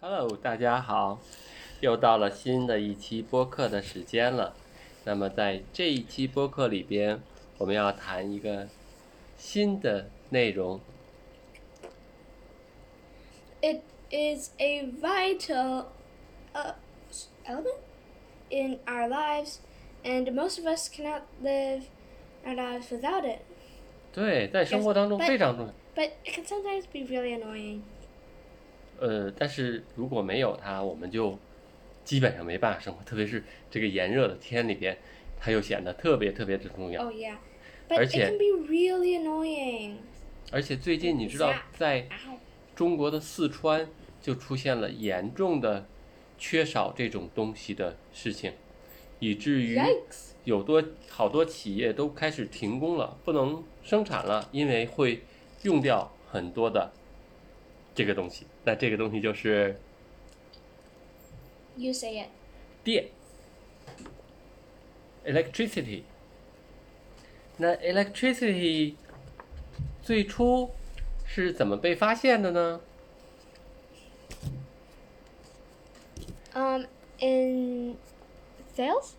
Hello，大家好，又到了新的一期播客的时间了。那么在这一期播客里边，我们要谈一个新的内容。 It is a vital uh, s- element in our lives, and most of us cannot live our lives without it. 对，在生活当中 Yes, but- 非常重要。 But it can sometimes be really annoying. 呃，但是如果没有它，我们就基本上没办法生活，特别是这个炎热的天里边，它又显得特别特别的重要。 Oh, yeah. But it 而且- can be really annoying. 而且最近你知道 Yeah.，在 Ow. 中国的四川就出现了严重的缺少这种东西的事情，以至于 Yikes. 有多好多企业都开始停工了，不能生产了，因为会用掉很多的这个东西。那这个东西就是 You say it. 电 （electricity）。那 electricity 最初是怎么被发现的呢？ Um, in sales?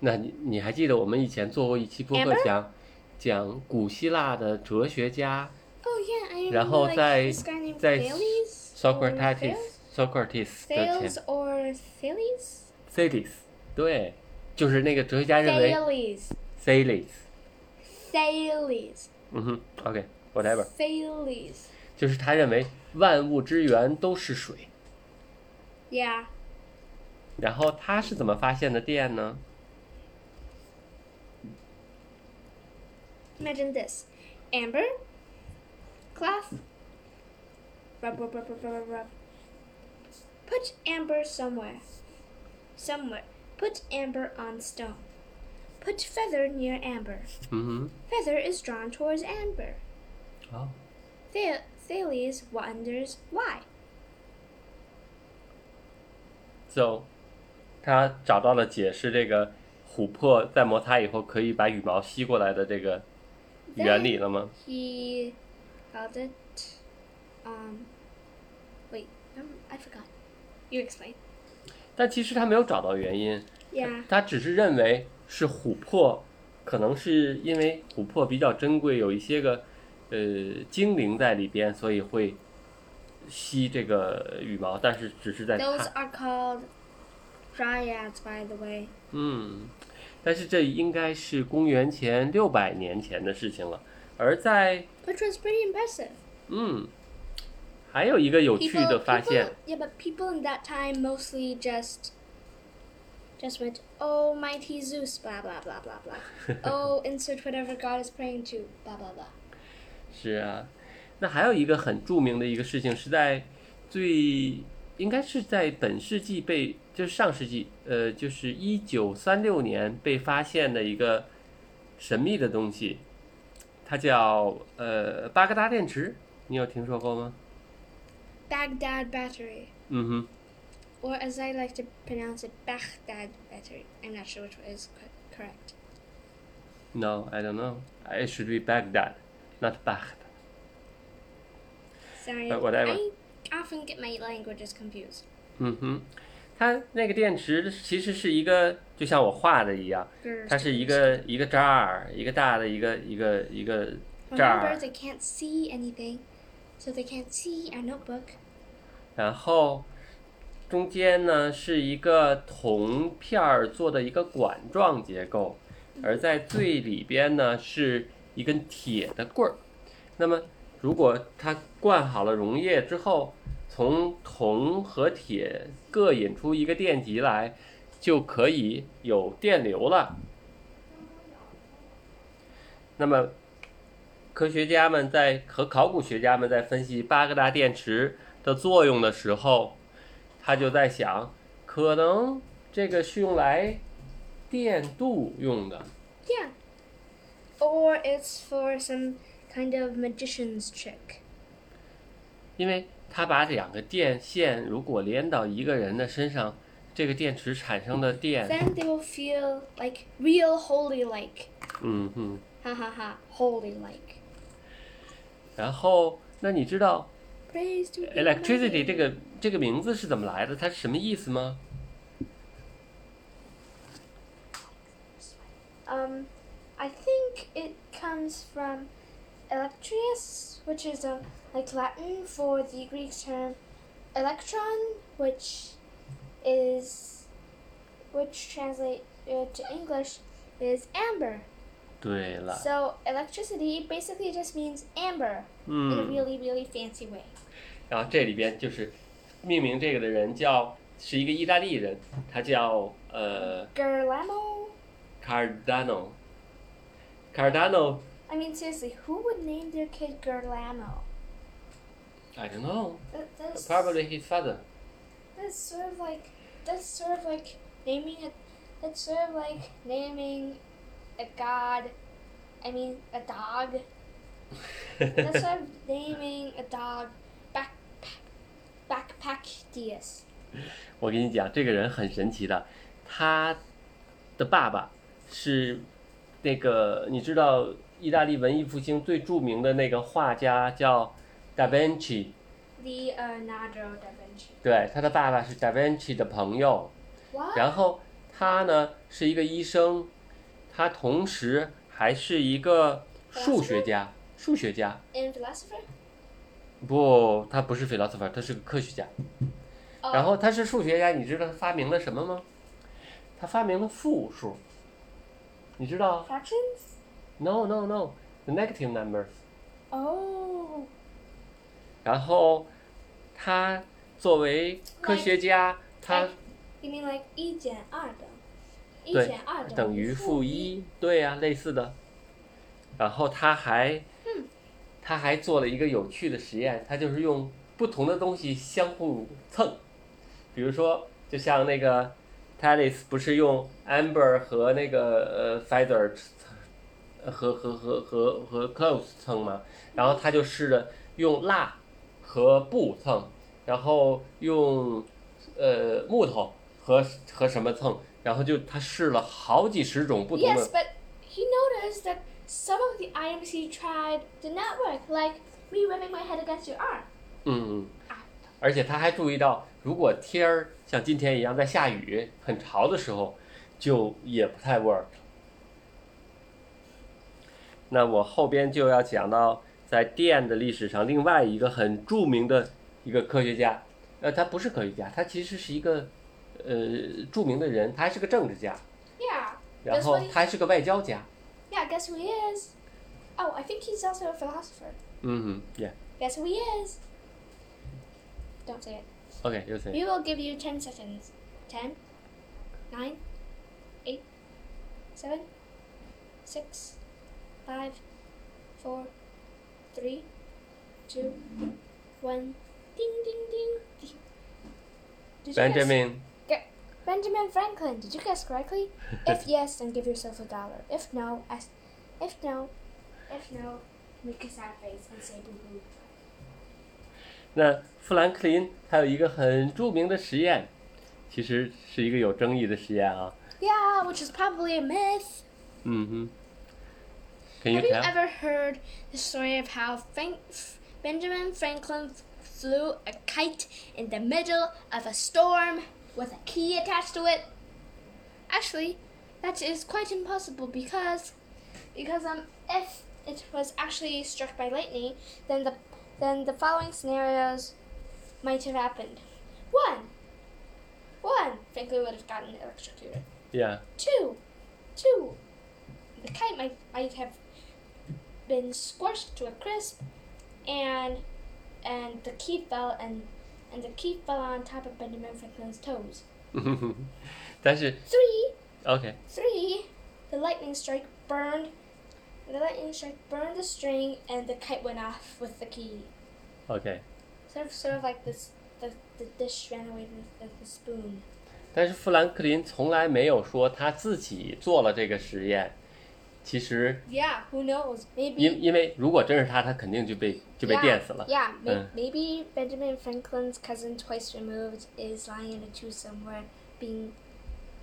那你你还记得我们以前做过一期播客 Amber？讲讲古希腊的哲学家 Oh, yeah. I remember 然后 like, 在- this guy named 在 Thales? or Socrates Thales? Socrates 的前 Thales or Thales? Thales 对，就是那个哲学家认为 Thales. Thales， Thales. 嗯哼，OK whatever， Thales. 就是他认为万物之源都是水。 Yeah. 然后他是怎么发现的电呢？ Imagine this. Amber. Cloth. Rub, rub, rub, rub, rub, rub, rub. Put amber somewhere. Somewhere. Put amber on stone. Put feather near amber. 嗯 Feather is drawn towards amber. 哼，哦， Thea- Thales wonders why. so 他找到了解释这个琥珀在摩擦以后可以把羽毛吸过来的这个原理了吗？ He called it. Um. Wait, um, I forgot. You explain. 但其实他没有找到原因， Yeah. 他只是认为是琥珀，可能是因为琥珀比较珍贵，有一些个呃精灵在里边，所以会吸这个羽毛，但是只是在 Those 看， are called dryads, by the way. 嗯，但是这应该是公元前六百年前的事情了。而在 Which was pretty impressive. 嗯，还有一个有趣 People, 的发 people- 现， yeah, but people in that time mostly just just went, "Oh, mighty Zeus," blah blah blah blah blah. oh, insert whatever god is praying to, blah blah blah. 是啊，那还有一个很著名的一个事情是在最应该是在本世纪被就是上世纪呃就是一九三六年被发现的一个神秘的东西，它叫呃巴格达电池，你有听说过吗？ Baghdad battery, 嗯哼。 or as I like to pronounce it, Baghdad battery. I'm not sure which one is co- correct. No, I don't know. It should be Baghdad, not Baghdad. Sorry, But whatever. I often get my languages confused. 嗯哼，它那个电池其实是一个，就像我画的一样，它是一个一个渣儿，一个大的一个一个一个渣 Remember, 儿， they can't see anything, so they can't see our notebook. 然后中间呢是一个铜片儿做的一个管状结构，而在最里边呢是一根铁的棍儿。那么如果它灌好了溶液之后，从铜和铁各引出一个电极来，就可以有电流了。那么，科学家们在和考古学家们在分析巴格达电池的作用的时候，他就在想，可能这个是用来电镀用的。 Yeah. Or it's for some kind of magician's trick. 因为他把两个电线如果连到一个人的身上，这个电池产生的电， Then they will feel like real holy like. 嗯哼， Ha ha ha. Holy like. 然后那你知道 Praise to the electricity mighty- 这个这个名字是怎么来的？它是什么意思吗？ Um, I think it comes from electrius, which is um, like Latin for the Greek term electron, which is which translate uh, to English is amber. 对了， So electricity basically just means amber in a 嗯， really really fancy way. 然后这里边就是命名这个的人叫是一个意大利人，他叫呃 Girlamo. Cardano。Cardano I mean seriously, who would name their kid Girlamo? I don't know. That, that's Probably his father. That's sort of like that's sort of like naming a that's sort of like naming a god I mean a dog. That's sort of naming a dog back backpack Dias. 我跟你讲，这个人很神奇的，他的爸爸是那个你知道意大利文艺复兴最著名的那个画家叫 Da Vinci， Leonardo uh, da Vinci. 对，他的爸爸是 Da Vinci 的朋友。 What? 然后他呢是一个医生，他同时还是一个数学家，数学家。 And philosopher? 不，他不是 philosopher，他是个科学家。 Oh, 然后他是数学家，你知道他发明了什么吗？他发明了负数，你知道 fractions? ？No no no，the negative numbers。 Oh 然后他作为科学家，他 like- you mean like 一减二等对，一减二等等于负一，对呀、类似的。然后他还，他还做了一个有趣的实验，他就是用不同的东西相互蹭，比如说，就像那个 Talis 不是用 Amber 和那个呃 Feather 呃和和和和和 Close 蹭嘛，然后他就试着用蜡和布蹭，然后用呃木头和和什么蹭，然后就他试了好几十种不同 Yes, 的， but he noticed that some of the items he tried did not work, like me rubbing my head against your arm. 嗯， Ah, 而且他还注意到，如果天儿像今天一样在下雨、很潮的时候，就也不太 work。那我后边就要讲到在电的历史上另外一个很著名的一个科学家，呃，他不是科学家，他其实是一个呃著名的人，他还是个政治家， yeah. 然 That's 后 what he- 他还是个外交家。 Yeah, guess who he is? Oh, I think he's also a philosopher. 嗯哼，Yeah。 Guess who he is? Don't say it. OK，有谁？ We will give you 10 seconds. 10, 9, 8, 7, 6, 5, 4, 3, 2, 1. Ding, ding, ding, ding. Did you guess- Benjamin Benjamin Franklin, did you guess correctly? if yes, then give yourself a dollar. If no, as, if no, if no, make a sad face and say boo boo. 那富兰克林他有一个很著名的实验，其实是一个有争议的实验啊。 Yeah, which is probably a myth. 嗯哼，Can you Have you tell？ ever heard the story of how Frank, F- Benjamin Franklin flew a kite in the middle of a storm with a key attached to it? Actually, that is quite impossible because because um if it was actually struck by lightning, then the then the following scenarios might have happened. One, one, Franklin would have gotten electrocuted. Yeah， Two, two. The kite might, might have been scorched to a crisp, and and the key fell and and the key fell on top of Benjamin Franklin's toes. 但是 Three, OK， three. The lightning strike burned. The lightning strike burned the string, and the kite went off with the key. OK， Sort of, sort of like this. The, the dish ran away with the, the spoon. 但是富兰克林从来没有说他自己做了这个实验。其实 Yeah, who knows? Maybe. 因因为如果真是他，他肯定就被就被 Yeah, 电死了。 Yeah, Uh. may- maybe Benjamin Franklin's cousin twice removed is lying in a tomb somewhere, being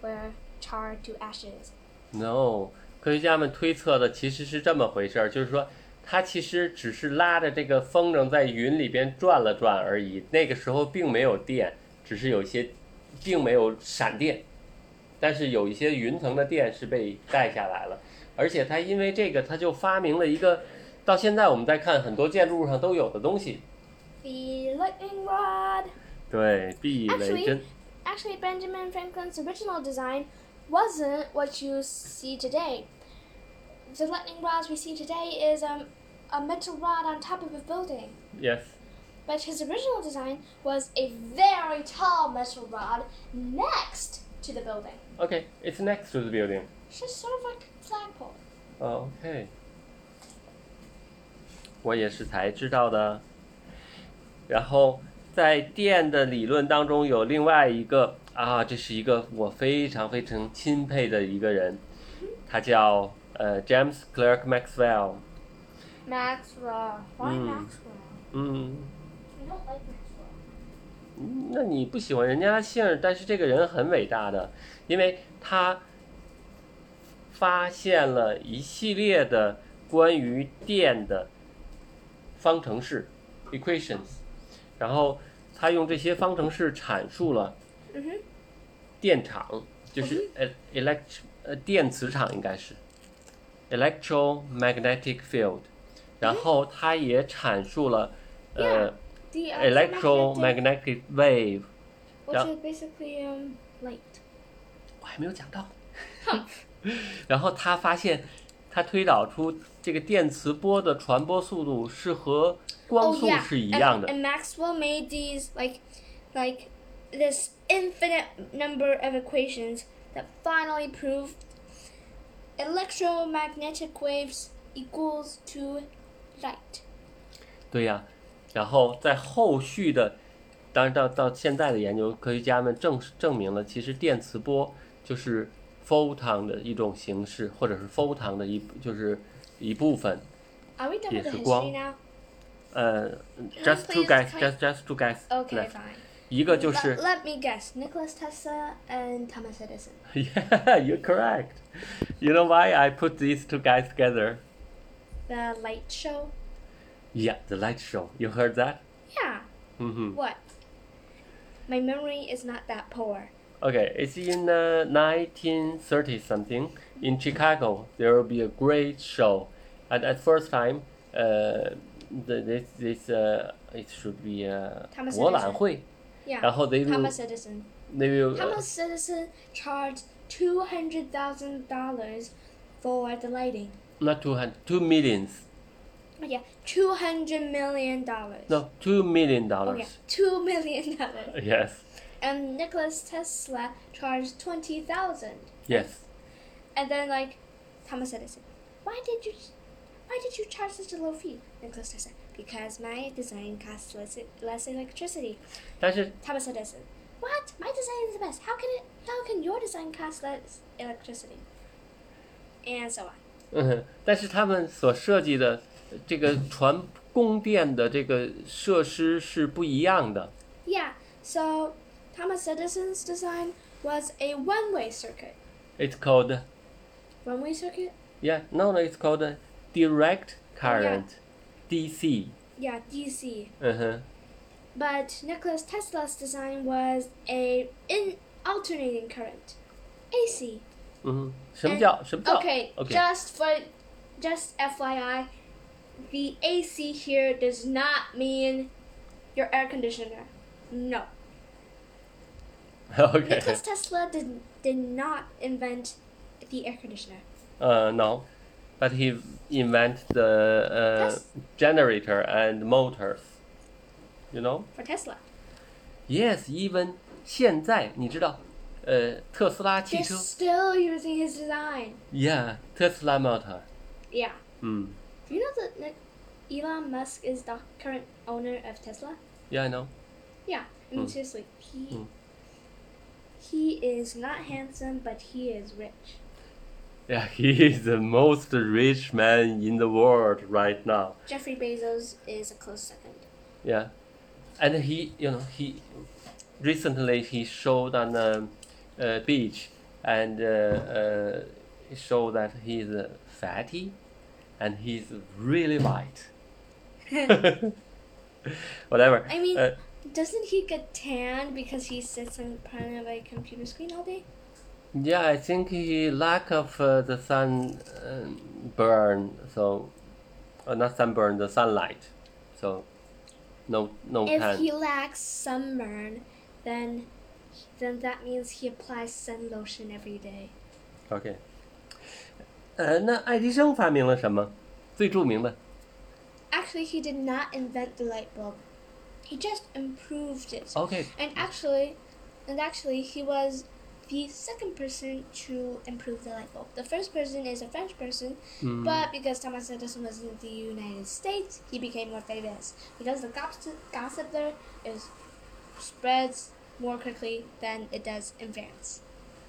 where charred to ashes. No，科学家们推测的其实是这么回事儿，就是说它其实只是拉着这个风筝在云里边转了转而已。那个时候并没有电，只是有一些，并没有闪电，但是有一些云层的电是被带下来了。而且它因为这个，它就发明了一个，到现在我们在看很多建筑物上都有的东西。 The lightning rod. 对，避雷 Actually- 针。 Actually, Benjamin Franklin's original design wasn't what you see today. The lightning rods we see today is um, a metal rod on top of a building. Yes. But his original design was a very tall metal rod next to the building. Okay. It's next to the building. It's just sort of like a flagpole. OK，我也是才知道的。然后在电的理论当中有另外一个啊，这是一个我非常非常钦佩的一个人，他叫呃 James Clerk Maxwell。 Maxwell. Why Mm. Maxwell? 嗯， I don't like Maxwell. 那你不喜欢人家的姓儿，但是这个人很伟大的，因为他发现了一系列的关于电的方程式 （equations），然后他用这些方程式阐述了 Mhm. 电场，就是呃 elect 呃电磁场应该是 electromagnetic field，然后他也阐述了呃 The uh, electromagnetic wave。 which yeah. is basically um light. 我还没有讲到。然后他发现，他推导出这个电磁波的传播速度是和光 Oh 速 yeah, 是一 and- 样的。 And Maxwell made these like, like, this infinite number of equations that finally proved electromagnetic waves equals to light. 对呀、然后在后续的，当然到到现在的研究，科学家们证证明了，其实电磁波就是 photon 的一种形式，或者是 photon 的一就是一部分。 Are we done with the Yes, history well- now? 呃，just two please guys, can- just just two guys Okay, left. fine. 一个就 Let- 是 let me guess. Nicholas Tesla and Thomas Edison. Yeah, you're correct. You know why I put these two guys together? The light show. Yeah, the light show. You heard that? Yeah. Mm-hmm. What? My memory is not that poor. Okay, it's in the 1930 something in Chicago. There will be a great show, and at first time, uh, the, this this uh, it should be uh, a Thomas 博览会， Yeah. 然后 they will Thomas Edison. they will uh, Thomas Edison charged two hundred thousand dollars for the lighting. not two hundred two millions Oh, yeah, two hundred million dollars. no two million Oh, yeah, dollars. two million dollars. Yes, And Nicholas Tesla charged twenty thousand. yes. And then like, Thomas Edison, why did you, why did you charge such a low fee? Nicholas Tesla, because my design costs less less electricity. 但是 Thomas Edison, what? My design is the best. How can it? How can your design cost less electricity? And so on. 嗯， 但是他们所设计的呃这个传供电的这个设施是不一样的。 Yeah, so Thomas Edison's design was a one way circuit. It's called One way circuit? yeah, no, no, it's called direct current, DC. Yeah, DC. 嗯哼， But Nikola Tesla's design was a in alternating current. AC. 嗯，什么叫什么叫 Okay, OK just for just FYI, the AC here does not mean your air conditioner. No. OK Nikola Tesla did, did not invent the air conditioner. 呃 no, but he invent the 呃 Yes. generator and motors. You know? For Tesla. Yes, even 现在你知道，呃，特斯拉汽 They're 车 still using his design. ，Yeah, Tesla motor. Yeah. 嗯。 Do you know that Nick- Elon Musk is the current owner of Tesla? Yeah, I know. Yeah. I mean, Mm. seriously, he Mm. he is not handsome, but he is rich. Yeah, he is the most rich man in the world right now. Jeffrey Bezos is a close second. Yeah, and he, you know, he recently he showed on the uh, beach and uh, uh, he showed that he's uh, fatty, and he's really white. Whatever. I mean, uh, doesn't he get tanned because he sits in front of a computer screen all day? yeah, I think he lack of uh, the sun uh, burn, so uh, not sunburn, the sunlight, so no no If tan. he lacks sunburn, then then that means he applies sun lotion every day. OK，呃，那爱迪生发明了什么？最著名的 Actually, he did not invent the light bulb. He just improved it. OK， And actually, and actually, he was the second person to improve the light bulb. The first person is a French person, 嗯 but because Thomas Edison was in the United States, he became more famous because the gossip, gossip there is spreads more quickly than it does in France.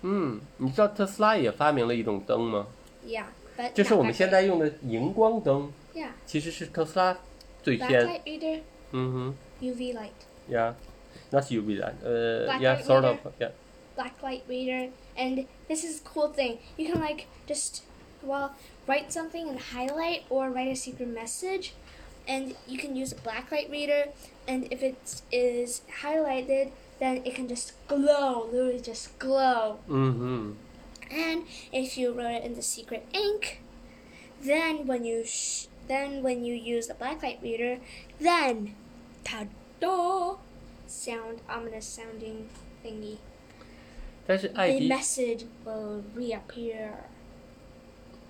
嗯，你知道特斯拉也发明了一种灯吗？ Yeah, but 就是 not 我们 backlight. 现在用的荧光灯， yeah 其实是特斯拉最先， backlight reader 嗯 UV light 哼，Yeah，not UV light，呃 Black ，Yeah light sort reader of，Yeah， blacklight reader and this is a cool thing you can like just well write something and highlight or write a secret message and you can use a blacklight reader and if it is highlighted then it can just glow literally just glow 嗯 and if you wrote it in the secret ink then when you sh- then when you use the blacklight reader then ta-da sound ominous sounding thingy 哼，但是爱 the 迪， message will reappear.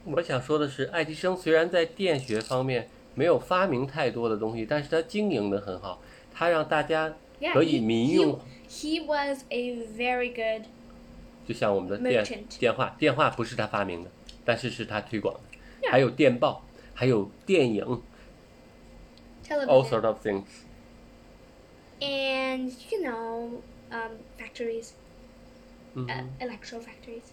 我想说的是，爱迪生虽然在电学方面没有发明太多的东西，但是他经营的很好，他让大家 Yeah, 可以 he, 民 he, 用 he was a very good. 就像我们的电 Merchant 电话，电话不是他发明的，但是是他推广的， Yeah. 还有电报，还有电影，all television sort of things。 and you know um, factories, 嗯 uh, electro factories.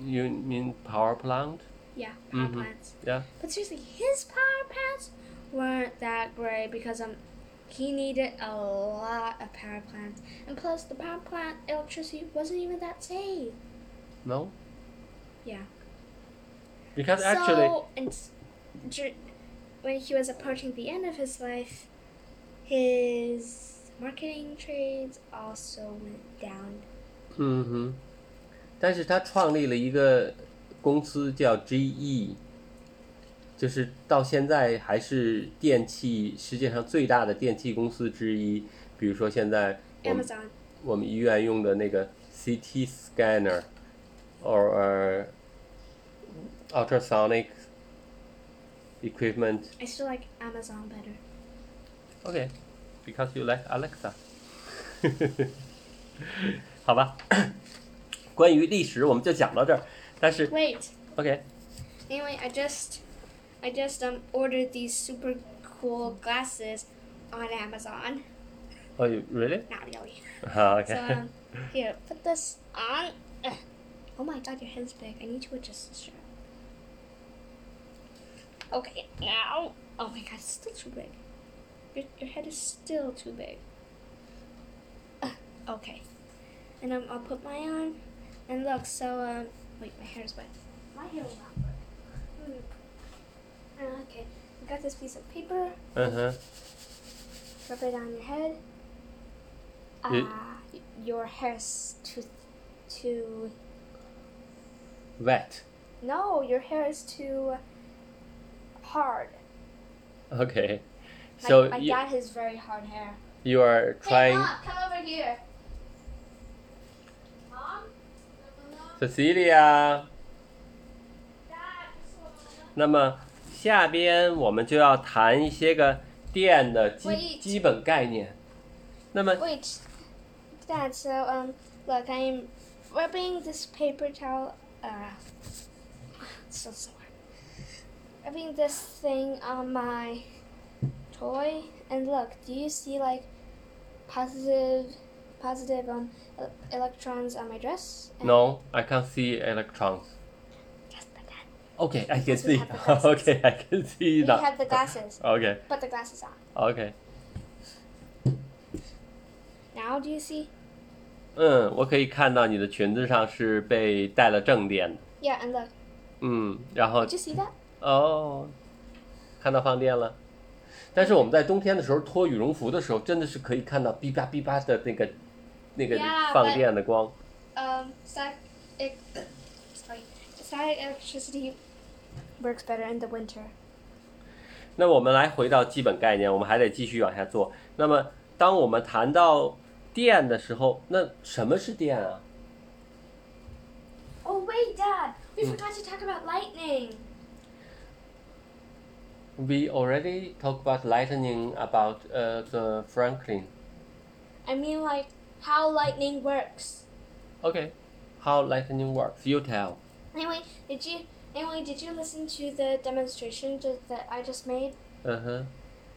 ，You mean power plant? Yeah, power Mhm. plants. Yeah. But seriously, his power plants weren't that great because um, he needed a lot of power plants, and plus the power plant electricity wasn't even that safe. No. Yeah. Because actually, so and dur- when he was approaching the end of his life his marketing trades also went down 嗯哼，但是他创立了一个公司叫 GE，就是到现在还是电器世界上最大的电器公司之一。比如说现在我们 amazon 我们医院用的那个 CT scanner，or 呃 ultrasonic equipment. i still like amazon better Okay, because you like Alexa. 好吧，关于历史我们就讲到这儿。但是 wait OK， anyway i just i just um ordered these super cool glasses on amazon 哦、oh,，you really？ not really 好 OK， so um here put this on Ugh. oh my god your head's big i need to adjust this shirt okay now oh my god it's still too big your, your head is still too big Ugh, okay and um, i'll put mine on and look so um wait my hair's wet my hair will not wet hmm. Uh, okay i got this piece of paper 嗯哼， Rub it on your head. Ah, It- y- your hair's too, too. wet。 No, your hair is too hard. OK。 My, So my you, dad has very hard hair. you are Hey, trying mom, come over here. Mom, Cecilia。 dad, just a moment. 那么下边我们就要谈一些个电的基 Wait 基本概念。那么 Wait, dad. So um, look, I'm rubbing this paper towel. Uh, it's so sore. Rubbing this thing on my toy, and look. Do you see like positive, positive um el- electrons on my dress? And No, I can't see electrons. Yes, but Dad, Okay, I can Because we see. have the glasses. okay, I can see We now. have the glasses. Okay, Put the glasses on. okay. Now, do you see? 嗯，我可以看到你的裙子上是被带了正电的。 Yeah, and look. 嗯，然后 Did you see that? 哦，看到放电了。但是我们在冬天的时候脱羽绒服的时候，真的是可以看到哔吧哔吧的那个那个 Yeah, 放 but- 电的光。 Um, static, ec- sorry, static electricity works better in the winter. 那我们来回到基本概念，我们还得继续往下做。那么，当我们谈到电的时候，那什么是电啊？ Oh wait, Dad, we forgot to talk about lightning. We already talked about lightning about uh, the Franklin. I mean, like how lightning works. Okay, how lightning works? You tell. Anyway, did you anyway did you listen to the demonstration ju- that I just made? Uh huh.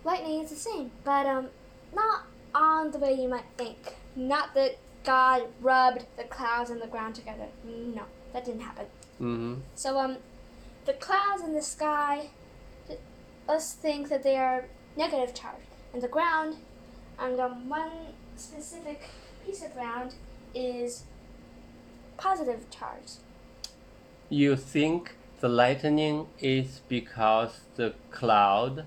Lightning is the same, but um, not on the way you might think. Not that God rubbed the clouds and the ground together. No, that didn't happen. Mm So um, the clouds in the sky, th- us think that they are negative charged, and the ground, and um, one specific piece of ground is positive charged. You think the lightning is because the cloud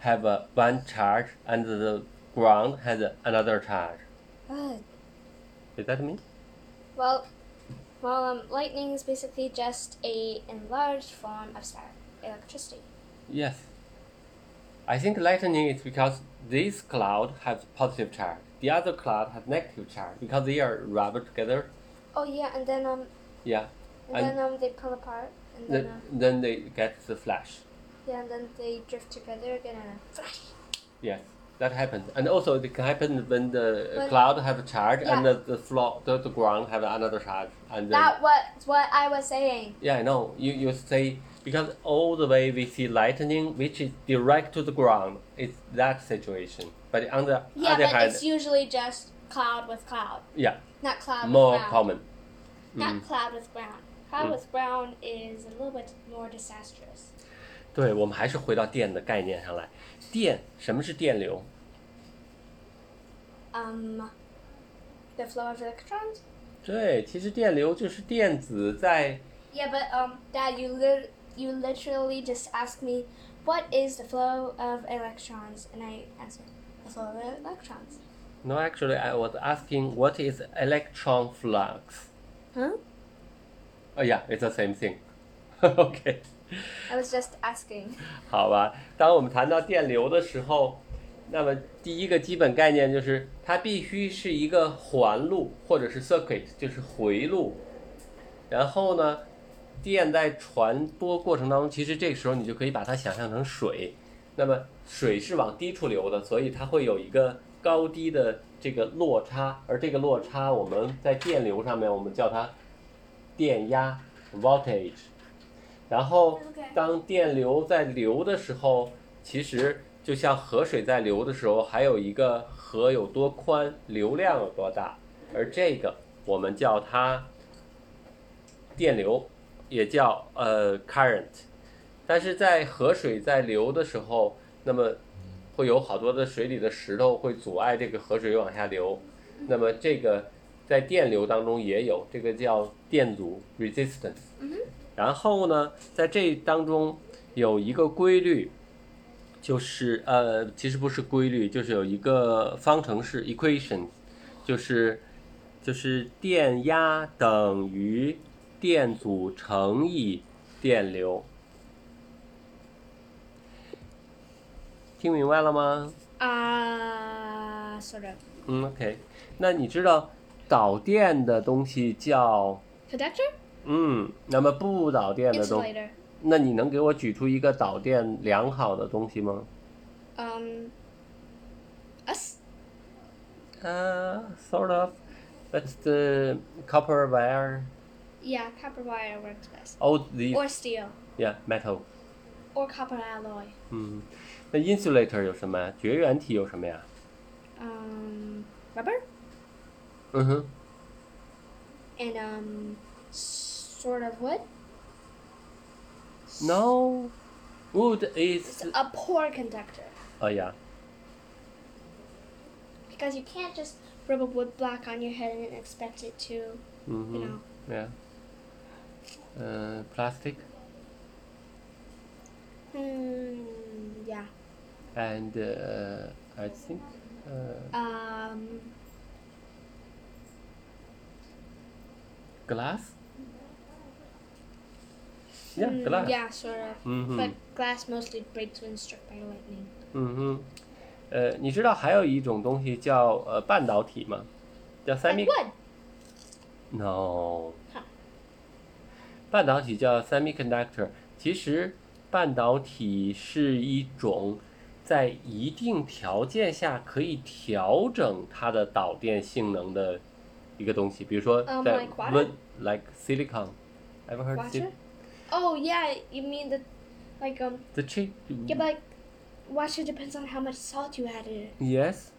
have a one charge and the ground has another charge. Ugh. Is that mean? Well, well, um, lightning is basically just a enlarged form of static electricity. Yes. I think lightning is because this cloud has positive charge. The other cloud has negative charge because they are rubbed together. Oh yeah, and then um, Yeah. and, And- then um, they pull apart, and then Then, um, then they get the flash. yeah, and then they drift together again. And a flash. Yes, that happens. And also it can happen when the When- cloud have a charge and Yeah. the, the floor, the, the ground have another charge. And then, That was what I was saying. yeah, I know. You, you say because all the way we see lightning, which is direct to the ground, it's that situation. But on the Yeah, other but hand, it's usually just cloud with cloud, yeah, not cloud more with ground. common. Not Mm. cloud with ground. Cloud Mm. with ground is a little bit more disastrous. 对，我们还是回到电的概念上来。电，什么是电流？ Um, the flow of electrons. 对，其实电流就是电子在 Yeah, but um, Dad, you li- you literally just asked me what is the flow of electrons, and I answered the flow of electrons. No, actually, I was asking what is electron flux. Huh? Oh yeah, it's the same thing. OK， I was just asking. 好吧。当我们谈到电流的时候，那么第一个基本概念就是它必须是一个环路或者是 circuit，就是回路。然后呢，电在传播过程当中，其实这个时候你就可以把它想象成水。那么水是往低处流的，所以它会有一个高低的这个落差，而这个落差我们在电流上面我们叫它电压 （voltage）。然后 OK 当电流在流的时候，其实就像河水在流的时候，还有一个河有多宽，流量有多大，而这个我们叫它电流，也叫呃 current。但是在河水在流的时候，那么会有好多的水里的石头会阻碍这个河水往下流。那么这个在电流当中也有，这个叫电阻 resistance。然后呢，在这当中有一个规律，就是呃，其实不是规律，就是有一个方程式 equation，就是就是电压等于电阻乘以电流。听明白了吗？ Uh, sort of. 嗯，OK。那你知道导电的东西叫 Conductor? 嗯，那么不导电的东 Insulator. 那你能给我举出一个导电良好的东西吗？ Um, us? 呃、s o r t of. That's the copper wire. Yeah, copper wire works best. All these, Or steel. yeah, metal. Or copper alloy. 嗯，那 insulator 有什么呀？绝缘体有什么呀？ Um, rubber? 嗯哼， And, um, sort of wood? No. Wood is. It's a poor conductor. 哎呀， Because you can't just rub a wood block on your head and Hmm. expect it to, you 嗯 Uh, know. 哼，yeah. 呃、p l a s t i c Hmm. Yeah. and uh, I think uh, Um. glass. Yeah, mm, glass. Yeah, sort of. Mhm. But glass mostly breaks when struck by lightning. 嗯哼，呃，你知道还有一种东西叫呃半导体吗？叫 semi Like wood. no，哈半导体叫 semiconductor。其实半导体是一种在一定条件下可以调整它的导电性能的一个东西，比如说嗯在 like water？温 like silicon。Ever heard Water? si- Oh yeah, you mean the, like um. the chip? Yeah, but like, water depends on how much salt you add in it. Yes,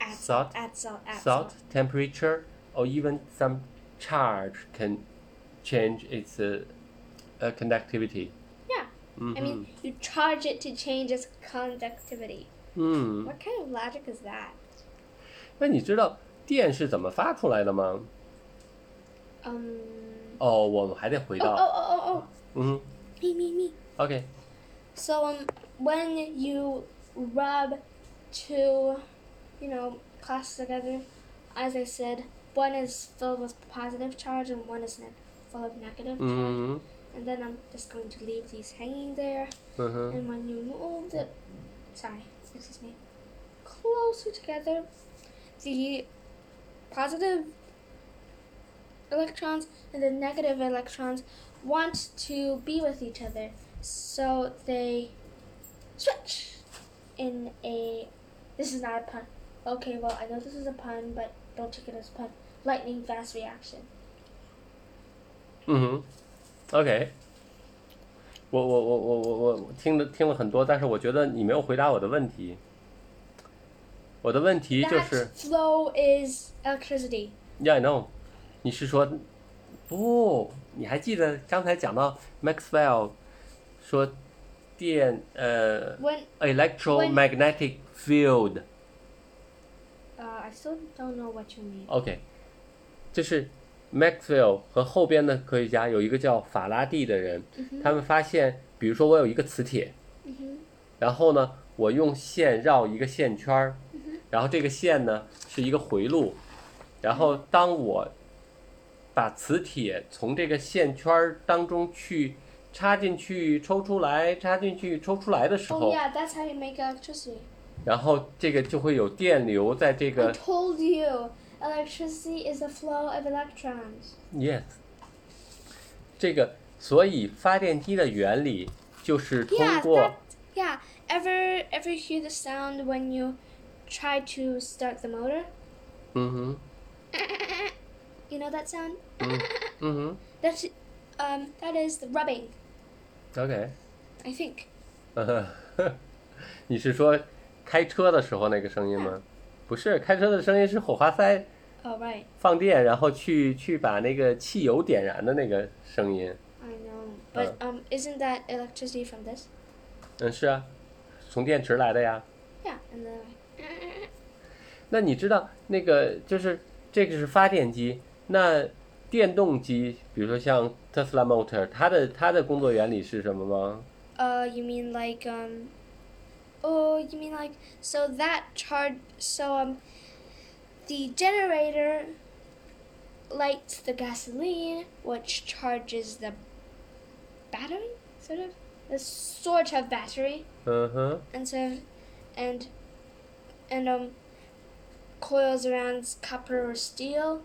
Add Salt. Add salt. Add salt, temperature, or even some charge can change its uh, uh, conductivity. Mm-hmm. Yeah. I mean, you charge it to change its conductivity. 嗯， What kind of logic is that? 那你知道电是怎么发出来的吗？ Um. 哦，我们还得回 Oh, oh, 到， oh, oh, 嗯 oh. Me, me, me. ，OK， So um, when you rub two, you know, classes together, as I said, one is filled with positive charge and one is ne- full of Mm. negative. 嗯 And then I'm just going to leave these hanging there. 嗯哼， And when you mold it, sorry, excuse me, closer together, the positive electrons and the negative electrons want to be with each other, so they switch in a. This is not a pun. Okay, well, I know this is a pun, but don't take it as a pun. Lightning fast reaction. 嗯哼，OK。我我我我我我我听了听了很多，但是我觉得你没有回答我的问题。我的问题就 That 是 flow is electricity. ，Yeah I know，你是说不？你还记得刚才讲到 Maxwell 说电呃 When electromagnetic field uh, I still don't know what you mean. OK，就是 Maxwell 和后边的科学家有一个叫法拉第的人，他们发现，比如说我有一个磁铁，然后呢，我用线绕一个线圈儿，然后这个线呢是一个回路，然后当我把磁铁从这个线圈儿当中去插进去、抽出来、插进去、抽出来的时 Oh 候， yeah, that's how you make electricity. 然后这个就会有电流在这 I 个 told you, electricity is the flow of electrons. Yes，这个所以发电机的原理就是通 Yeah, 过 that, yeah. Ever ever hear the sound when you try to start the motor? 嗯哼 You know that sound? 嗯 That's um that is the rubbing, 哼，OK， I think. 呃呵你是说开车的时候那个声音吗？不是，开车的声音是火花塞 Oh right. 放电，然后去去把那个汽油点燃的那个声音。 I know. But um isn't that electricity from this? 嗯，是啊，从电池来的呀。 Yeah, and then 那你知道那个就是这个是发电机，那电动机，比如说像 Tesla Motor，它的它的工作原理是什么吗？ Uh, you mean like um, oh, you mean like so that charge so um, the generator lights the gasoline, which charges the battery, sort of the sort of battery, 嗯哼， and so and and um, coils around copper or steel.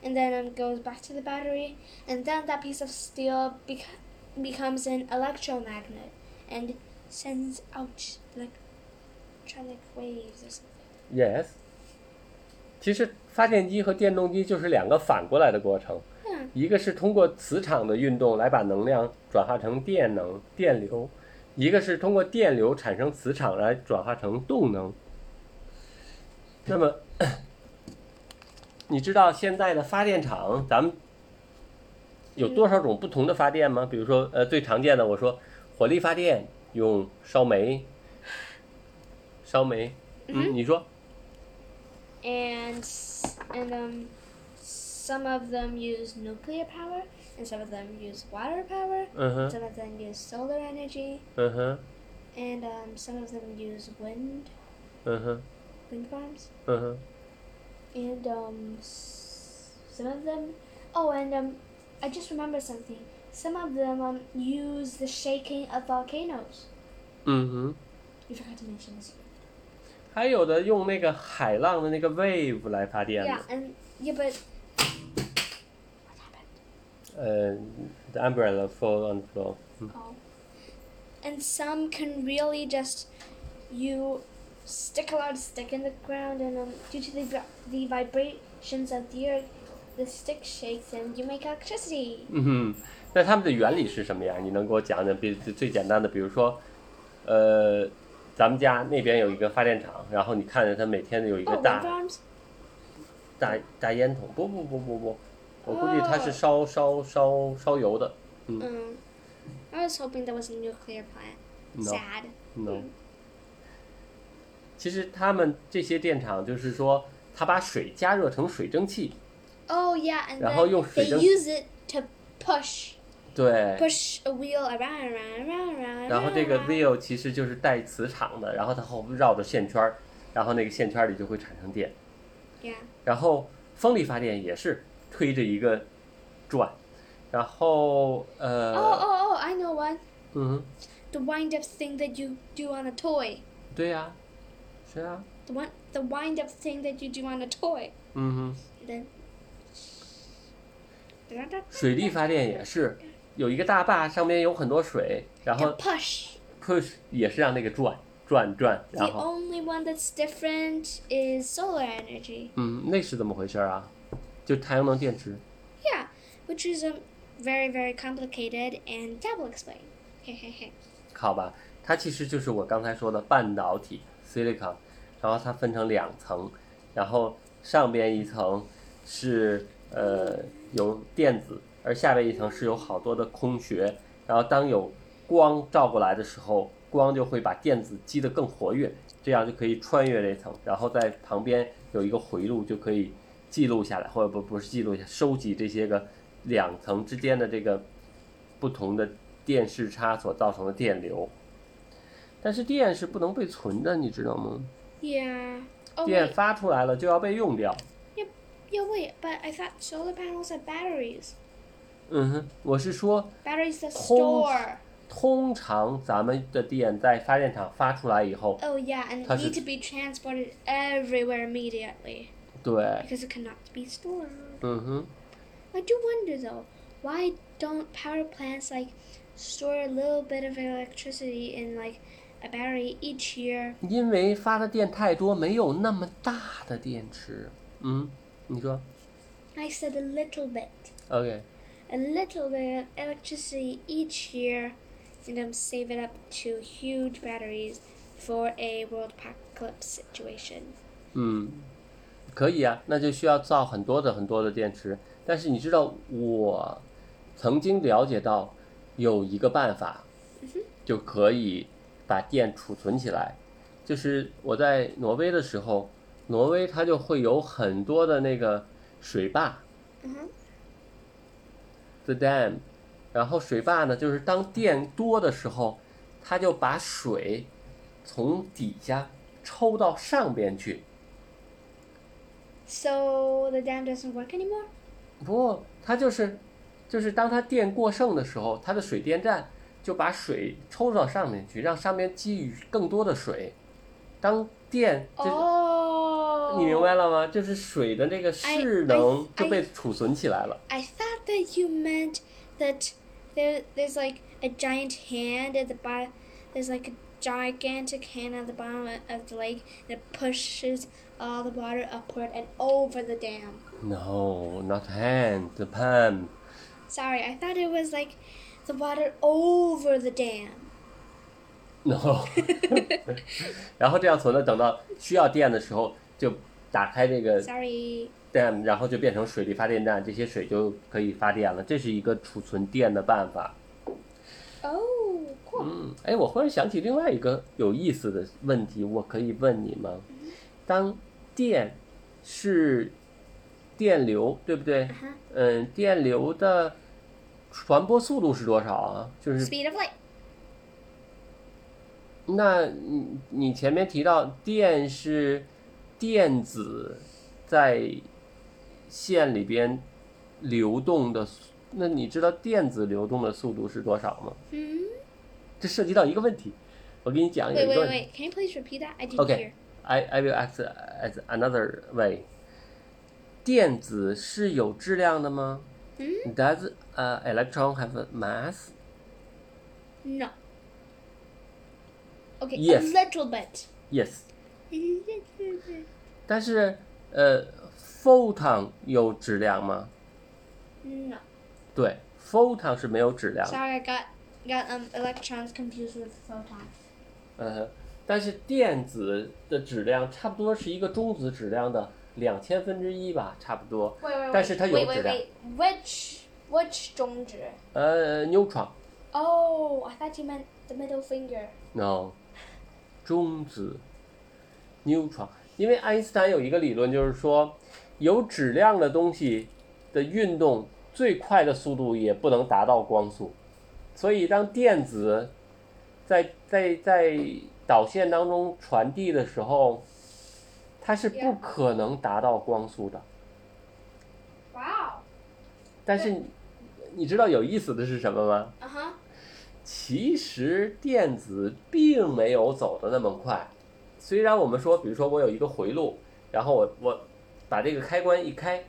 And then um, goes back to the battery, and then that piece of steel becomes becomes an electromagnet and sends out electronic waves or something. Yes，其实发电机和电动机就是两个反过来的过程，嗯一个是通过磁场的运动来把能量转化成电能、电流，一个是通过电流产生磁场来转化成动能。那么， 你知道现在的发电厂咱们有多少种不同的发电吗？比如说，呃，最常见的我说火力发电用烧煤，烧煤，嗯，你说。 And s- and um, some of them use nuclear power, and some of them use water power, 嗯哼， some of them use solar energy, 嗯哼， and um, some of them use wind, 嗯哼， wind farms, 嗯哼， and um, s- some of them. Oh, and um, I just remembered something. Some of them um, use the shaking of volcanoes. 嗯哼。 You forgot to mention this. 还有的用那个海浪的那个 wave 来发电 Yeah, 的， and yeah, but what happened? 呃，the umbrella fall on the floor。嗯 Oh. And some can really just you stick a lot of stick in the ground, and um, due to the vi- the vibrations of the earth, the stick shakes, and you make electricity. 嗯哼，那它们的原理是什么呀？你能给我讲讲？比最简单的，比如说，呃，咱们家那边有一个发电厂，然后你看着它每天有一个 Oh, 大 wind farms. 大大烟筒，不不不不不，我估计它是哦烧烧烧烧油的。 Um, I was hoping there was a nuclear plant. No. Sad. no。其实他们这些电厂就是说，它把水加热成水蒸气， Oh yeah, and Yeah, how then you they freedom- use it to push 对， push a wheel around and around and around and around. 然后 around, 这个 around. wheel 其实就是带磁场的，然后它后绕着线圈儿，然后那个线圈儿里就会产生电。 Yeah. 然后风力发电也是推着一个转，然后 Oh 呃， oh oh! I know one. 嗯， The wind up thing that you do on a toy. 对呀、是啊， The one, the wind up thing that you do on a toy. 嗯哼， Then. 水 力发电也是有一个大坝，上面有很多水，然 The 后 push. push 也是让那个转转转，然 The 后 only one that's different is solar energy. 嗯，那是怎么回事儿啊？就太阳能电池， Yeah, which is um very very complicated and Dad will explain. Hehehe. 好吧，它其实就是我刚才说的半导体 silicon，然后它分成两层，然后上边一层是呃有电子，而下边一层是有好多的空穴，然后当有光照过来的时候，光就会把电子激得更活跃，这样就可以穿越这层，然后在旁边有一个回路就可以记录下来，或者不不是记录一下，收集这些个两层之间的这个不同的电势差所造成的电流。但是电是不能被存的，你知道吗？ yeah. Oh 电 wait. 发出来了就要被用掉。 Yeah wait. But I thought solar panels are batteries. 嗯哼，我是说， Batteries that Whole- store. 通常咱们的电在发电厂发出来以后， Oh yeah, and Has need it- to be transported everywhere immediately 对， because it cannot be stored. 嗯哼， I do wonder though, why don't power plants like store a little bit of electricity in like a battery each year? 因为发的电太多，没有那么大的电池。嗯，你说 I said a little bit, OK？ a little bit of electricity each year, and um, save it up to huge batteries for a world apocalypse situation. 嗯，可以啊，那就需要造很多的很多的电池。但是你知道，我曾经了解到有一个办法，就可以把电储存起来。就是我在挪威的时候，挪威它就会有很多的那个水坝嗯哼，the dam。然后水坝呢，就是当电多的时候，它就把水从底下抽到上边去。 So the dam doesn't work anymore. 不过它就是，就是当它电过剩的时候，它的水电站就把水抽到上面去，让上面积雨更多的水。当电就是、哦 Oh, 你明白了吗？就是水的这个势能 I- I- 就被储存起来了。 I thought that you meant that there, there's like a giant hand at the bottom. There's like a gigantic hand at the bottom of the lake that pushes all the water upward and over the dam. No, not hand, the pan. Sorry, I thought it was like the water over the dam. No 。 然后这样存了，等到需要电的时候就打开这个 Sorry. dam，然后就变成水力发电站，这些水就可以发电了。这是一个储存电的办法。 Oh, cool. 嗯，哎，我忽然想起另外一个有意思的问题，我可以问你吗？当电是电流，对不对？哼嗯，电流的传播速度是多少啊？就是 Speed of light. 那你你前面提到电是电子在线里边流动的速，那你知道电子流动的速度是多少吗？ Hmm. 这涉及到一个问题，我给你讲有 Wait, 一个 wait, 问题。 wait. Can you please repeat that? I didn't Okay. hear. I I will ask as another way。电子是有质量的吗、嗯 d o e s 呃、electron have a mass？ No. Okay, Yes. a little bit. Yes， A little bit. 但是呃，photon 有质量吗？ No. 对，photon 是没有质量的。 Sorry, I got got um electrons confused with photons. 嗯哼，但是电子的质量差不多是一个中子质量的两千分之一吧，差不多。 Wait, wait, 但是它有 wait, wait, 质量。 wait. Which which 中指？呃，neutron Oh, I thought you meant the middle finger. no，中子，neutron。因为爱因斯坦有一个理论，就是说有质量的东西的运动最快的速度也不能达到光速，所以当电子在在在导线当中传递的时候，它是不 Yeah. 可能达到光速的。 Wow. 但是你你知道有意思的是什么吗？ Uh huh. 其实电子并没有走的那么快。虽然我们说，比如说我有一个回路，然后我我把这个开关一开，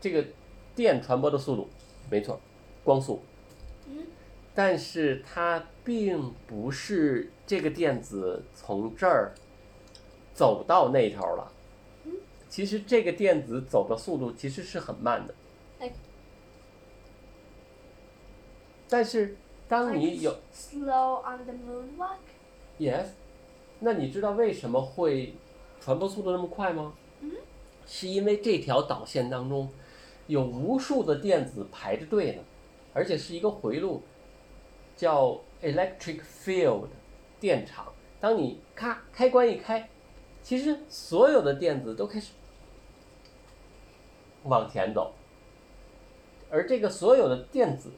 这个电传播的速度，没错，光速嗯。但是它并不是这个电子从这儿走到那头了。其实这个电子走的速度其实是很慢的。 Like 但是当你有 slow on the moonwalk. Yes，那你知道为什么会传播速度那么快吗？是因为这条导线当中有无数的电子排着队呢，而且是一个回路，叫 electric field 电场。当你咔开关一开，其实所有的电子都开始往前走，而这个所有的电子，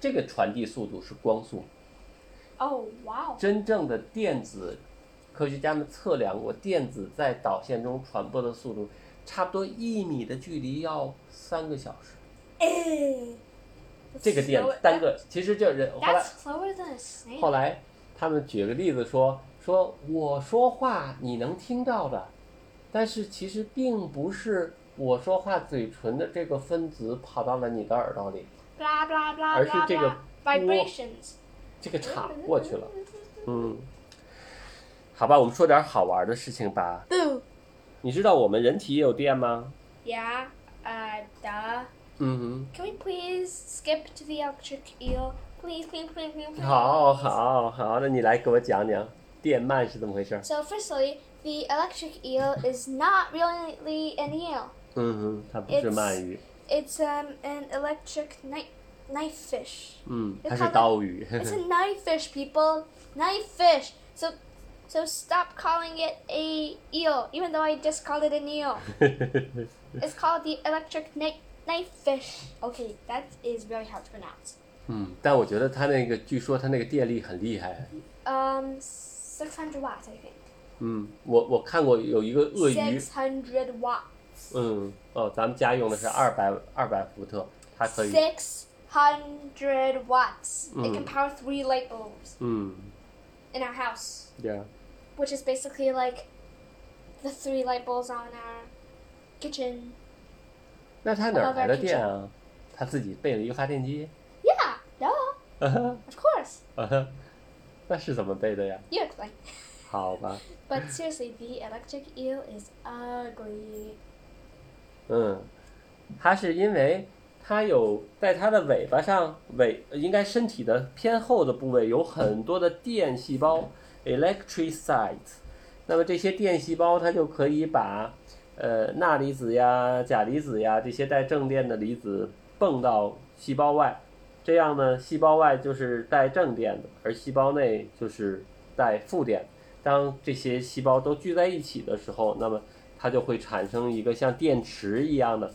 这个传递速度是光速。 Oh wow. 真正的电子科学家们测量过，电子在导线中传播的速度，差不多一米的距离要三个小时。 Eh. 这个电子单个，其实就是后来 That's slower than a snake. 后来他们举个例子说，说我说话你能听到的，但是其实并不是我说话嘴唇的这个分子跑到了你的耳朵里， Blah blah blah blah 而是这个 blah. Vibrations. 这个岔过去了。嗯，好吧，我们说点好玩的事情吧。 Boo. 你知道我们人体也有电吗？ Yeah. Uh. Duh. 嗯哼。 Can we please skip to the electric eel? Please, please, please, please. please. 好好好，那你来给我讲讲电鳗是怎么回事儿？ So, firstly, the electric eel is not really an eel. 嗯哼，它不是鳗鱼， It's um an electric knife knife fish. 嗯，它 it's 是刀鱼。 It's a knife fish, people. Knife fish. So, so stop calling it a eel, even though I just called it an eel. It's called the electric knife knife fish. Okay, that is very hard to pronounce. 嗯，但我觉得它那个，据说它那个电力很厉害。 Um, six hundred watts, I think. 嗯，我我看过有一个鳄鱼， Six hundred watts. 嗯，哦，咱们家用的是二百二百伏特，它可以， Six hundred watts. It Mm. can power three light bulbs 嗯， in our house. 对啊， which is basically like the three light bulbs on our kitchen. 那它哪儿来的电啊？它自己备了一个发电 机， Yeah, duh, 啊哈 of course. 啊哈，那是怎么备的呀？ You explain. 好吧， But seriously, the electric eel is ugly. 嗯，它是因为它有在它的尾巴上尾应该身体的偏后的部位有很多的电细胞 （electrocytes），那么这些电细胞它就可以把呃钠离子呀、钾离子呀这些带正电的离子泵到细胞外，这样呢，细胞外就是带正电的，而细胞内就是带负电。当这些细胞都聚在一起的时候，那么它就会产生一个像电池一样的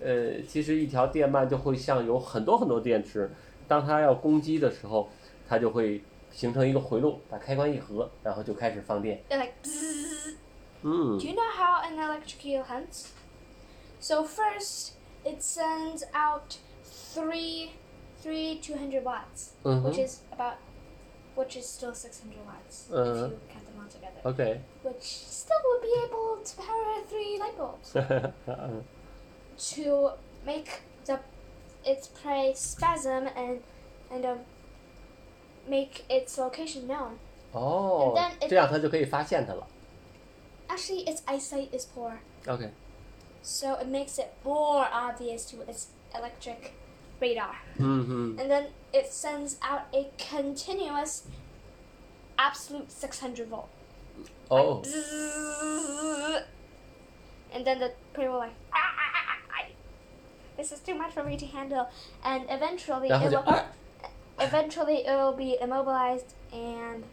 呃，其实一条电鳗就会像有很多很多电池，当它要攻击的时候，它就会形成一个回路，把开关一合，然后就开始放电。 They're like, "Bzzz." 嗯 do you know how an electric eel hunts? So first, it sends out three, three 200 watts, 嗯 which 哼 is about, which is still 600 watts Uh-huh. if you count them all together, ，OK， which still would be able to power three light bulbs. 嗯 to make the its prey spasm and and um, make its location known. 哦 And then，it- 这样它就可以发现它了。 Actually, its eyesight is poor, OK， so it makes it more obvious to its electric radar, 嗯哼， and then it sends out a continuous, absolute 600 volt. 哦呃 Zzzz. And then the prey will like, "Ah, ah, ah, ah, ah. this is too much for me to handle. And eventually, 然后 it 就 will, 啊， eventually it will be immobilized and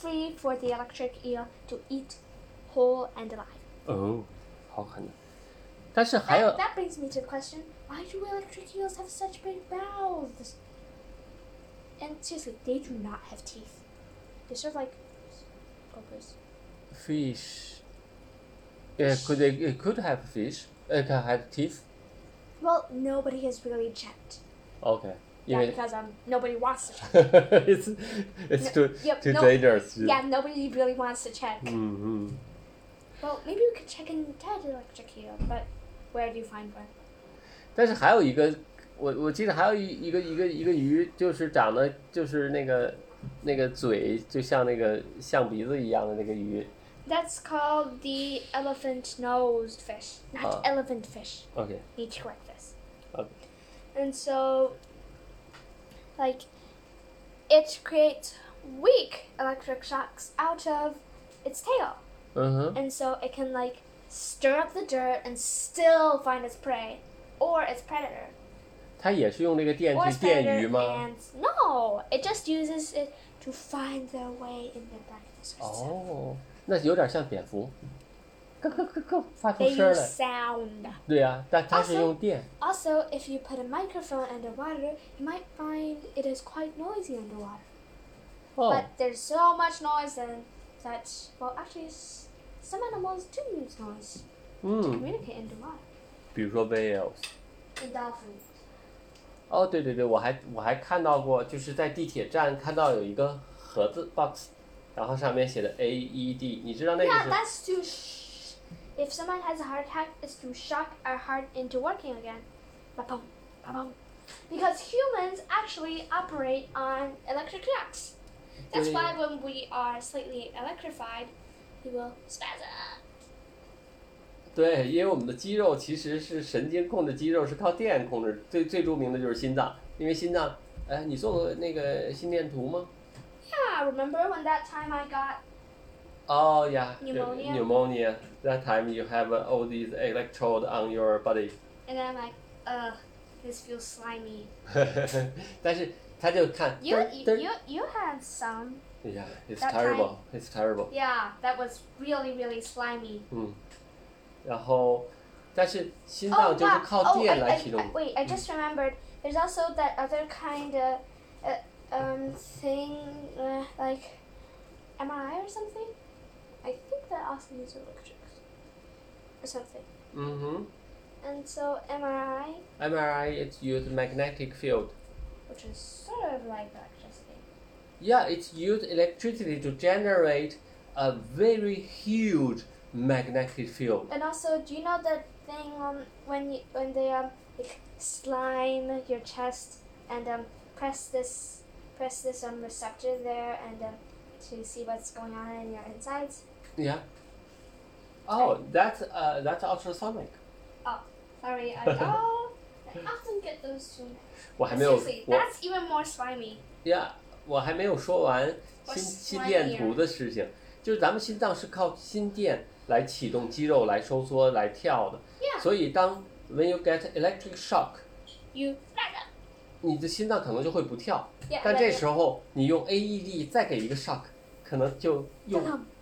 free for the electric eel to eat whole and alive. 哦，好狠呐！但是还 That, 有， that brings me to the question: Why do electric eels have such big mouths? And seriously, they do not have teeth. They're sort of like gophers. fish. Yeah, could they, it could have fish. It can have teeth. Well, nobody has really checked. Okay. Yeah, 因为 because um, nobody wants to check. it's it's No, too yep, too no, dangerous. Yeah, nobody really wants to check. Mm. 嗯嗯。 Well, maybe we could check in Ted Electric Eel, but where do you find one? 但是还有一个，我我记得还有一一个一个一个鱼，就是长得就是那个那个嘴就像那个象鼻子一样的那个鱼。 That's called the elephant-nosed fish, not Oh. elephant fish. OK， Need to correct this. Okay. And so, like, it creates weak electric shocks out of its tail, 嗯哼， and so it can like stir up the dirt and still find its prey or its predator. 它也是用这个电 Or 去 spider 电鱼吗？ And no, it just uses it to find their way in the darkness. or something. 哦，那有点像蝙蝠，咯咯咯咯发出 They 声儿 use 来。 sound. 对呀、但它是 Also- 用电。 Also, if you put a microphone underwater, you might find it is quite noisy underwater. 哦 Oh. But there's so much noise and that well, actually, s- some animals do use noise 嗯， communicate underwater. 比如说 whales。 And dolphins. 哦，对对对，我还我还看到过，就是在地铁站看到有一个盒子 box，然后上面写的 A E D，你知道那个 Yeah, 是 that's to. Sh- if someone has a heart attack, it's to shock our heart into working again. Ba-boom, ba-boom. Because humans actually operate on electric shocks. That's Yeah, why yeah. when we are slightly electrified, we will spasm. 对，因为我们的肌肉其实是神经控制，肌肉是靠电控制。最最著名的就是心脏，因为心脏，哎，你做过那个心电图吗？ Yeah, remember when that time I got. 哦呀 Pneumonia pneumonia. That time you have uh, all these electrode on your body. And then I'm like, ugh, this feels slimy. 但是他就看， You, 嘚儿 you, 嘚儿 you, you had some. Yeah, it's That terrible. It's terrible. Yeah, that was really, really slimy. 嗯，然后，但是心脏 Oh, 就是 wow. 靠 oh I, 电来 I, 启动。 I- wait, I just remembered. There's also that other kind of uh, um, thing, uh, like MRI or something. I think that also uses electrics or something. 嗯哼 And so MRI, ，MRI it's used magnetic field. which is sort of like electricity. Yeah, it's used electricity to generate a very huge magnetic field. And also, do you know that thing um, when you, when they um, like slime your chest and um, press this press this um, receptor there and um, to see what's going on in your insides? Yeah. Oh, that's uh, that's ultrasonic. Sorry, I oh, I often get those two. 我还没有 Seriously, 我 that's even more slimy. yeah，我还没有说完我心心酸电呀图的事情，就是咱们心脏是靠心电来启动肌肉来收缩来跳的。 Yeah. 所以当 when you get electric shock。 You 你的心脏可能就会不跳， yeah. 但这 like- 时候你用 AED 再给一个 shock，可能就又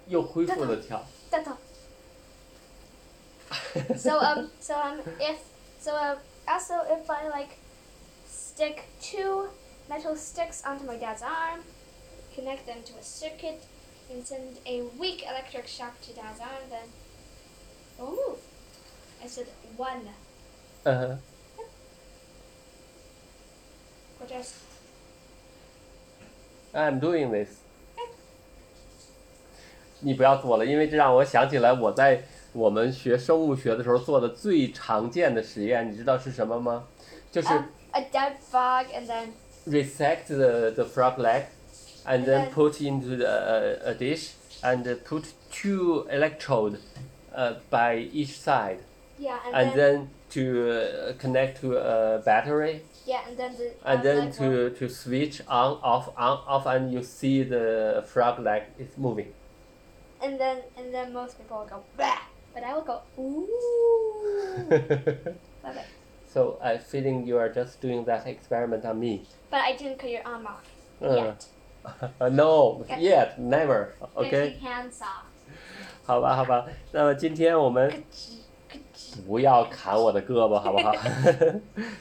又恢复了跳。 That's all. So um, so um, if so um, also if I like stick two metal sticks onto my dad's arm, connect them to a circuit, and send a weak electric shock to dad's arm, then it will move. I said one. 嗯哼 What else? I'm doing this。你不要做了，因为这让我想起来我在我们学生物学的时候做的最常见的实验，你知道是什么吗？就是 Um, a dead frog and then resect the the frog leg, and then Okay. put into the, uh, a, a dish and put two electrode, uh, by each side, yeah and, and then to uh, connect to a battery, yeah and then the uh, and then like, well, to to switch on off on off, and you see the frog leg is moving. and then and then most people will go bah but I will go ooh love it. So I feeling you are just doing that experiment on me. But I didn't cut your arm off Uh, yet. no, Okay. yet, never. Making OK， hands off. 好吧，好吧。那么今天我 们 Ka-chee, ka-chee. 不要砍我的胳膊，好不 好？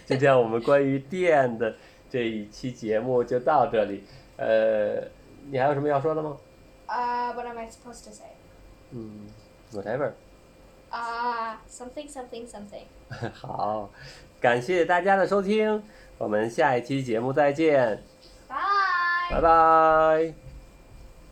今天我们关于电的这一期节目就到这里。呃，你还有什么要说的吗？ Uh, what am I supposed to say? 嗯，whatever。 Ah, something, something, something. 好，感谢大家的收听，我们下一期节目再见，拜 Bye. 拜。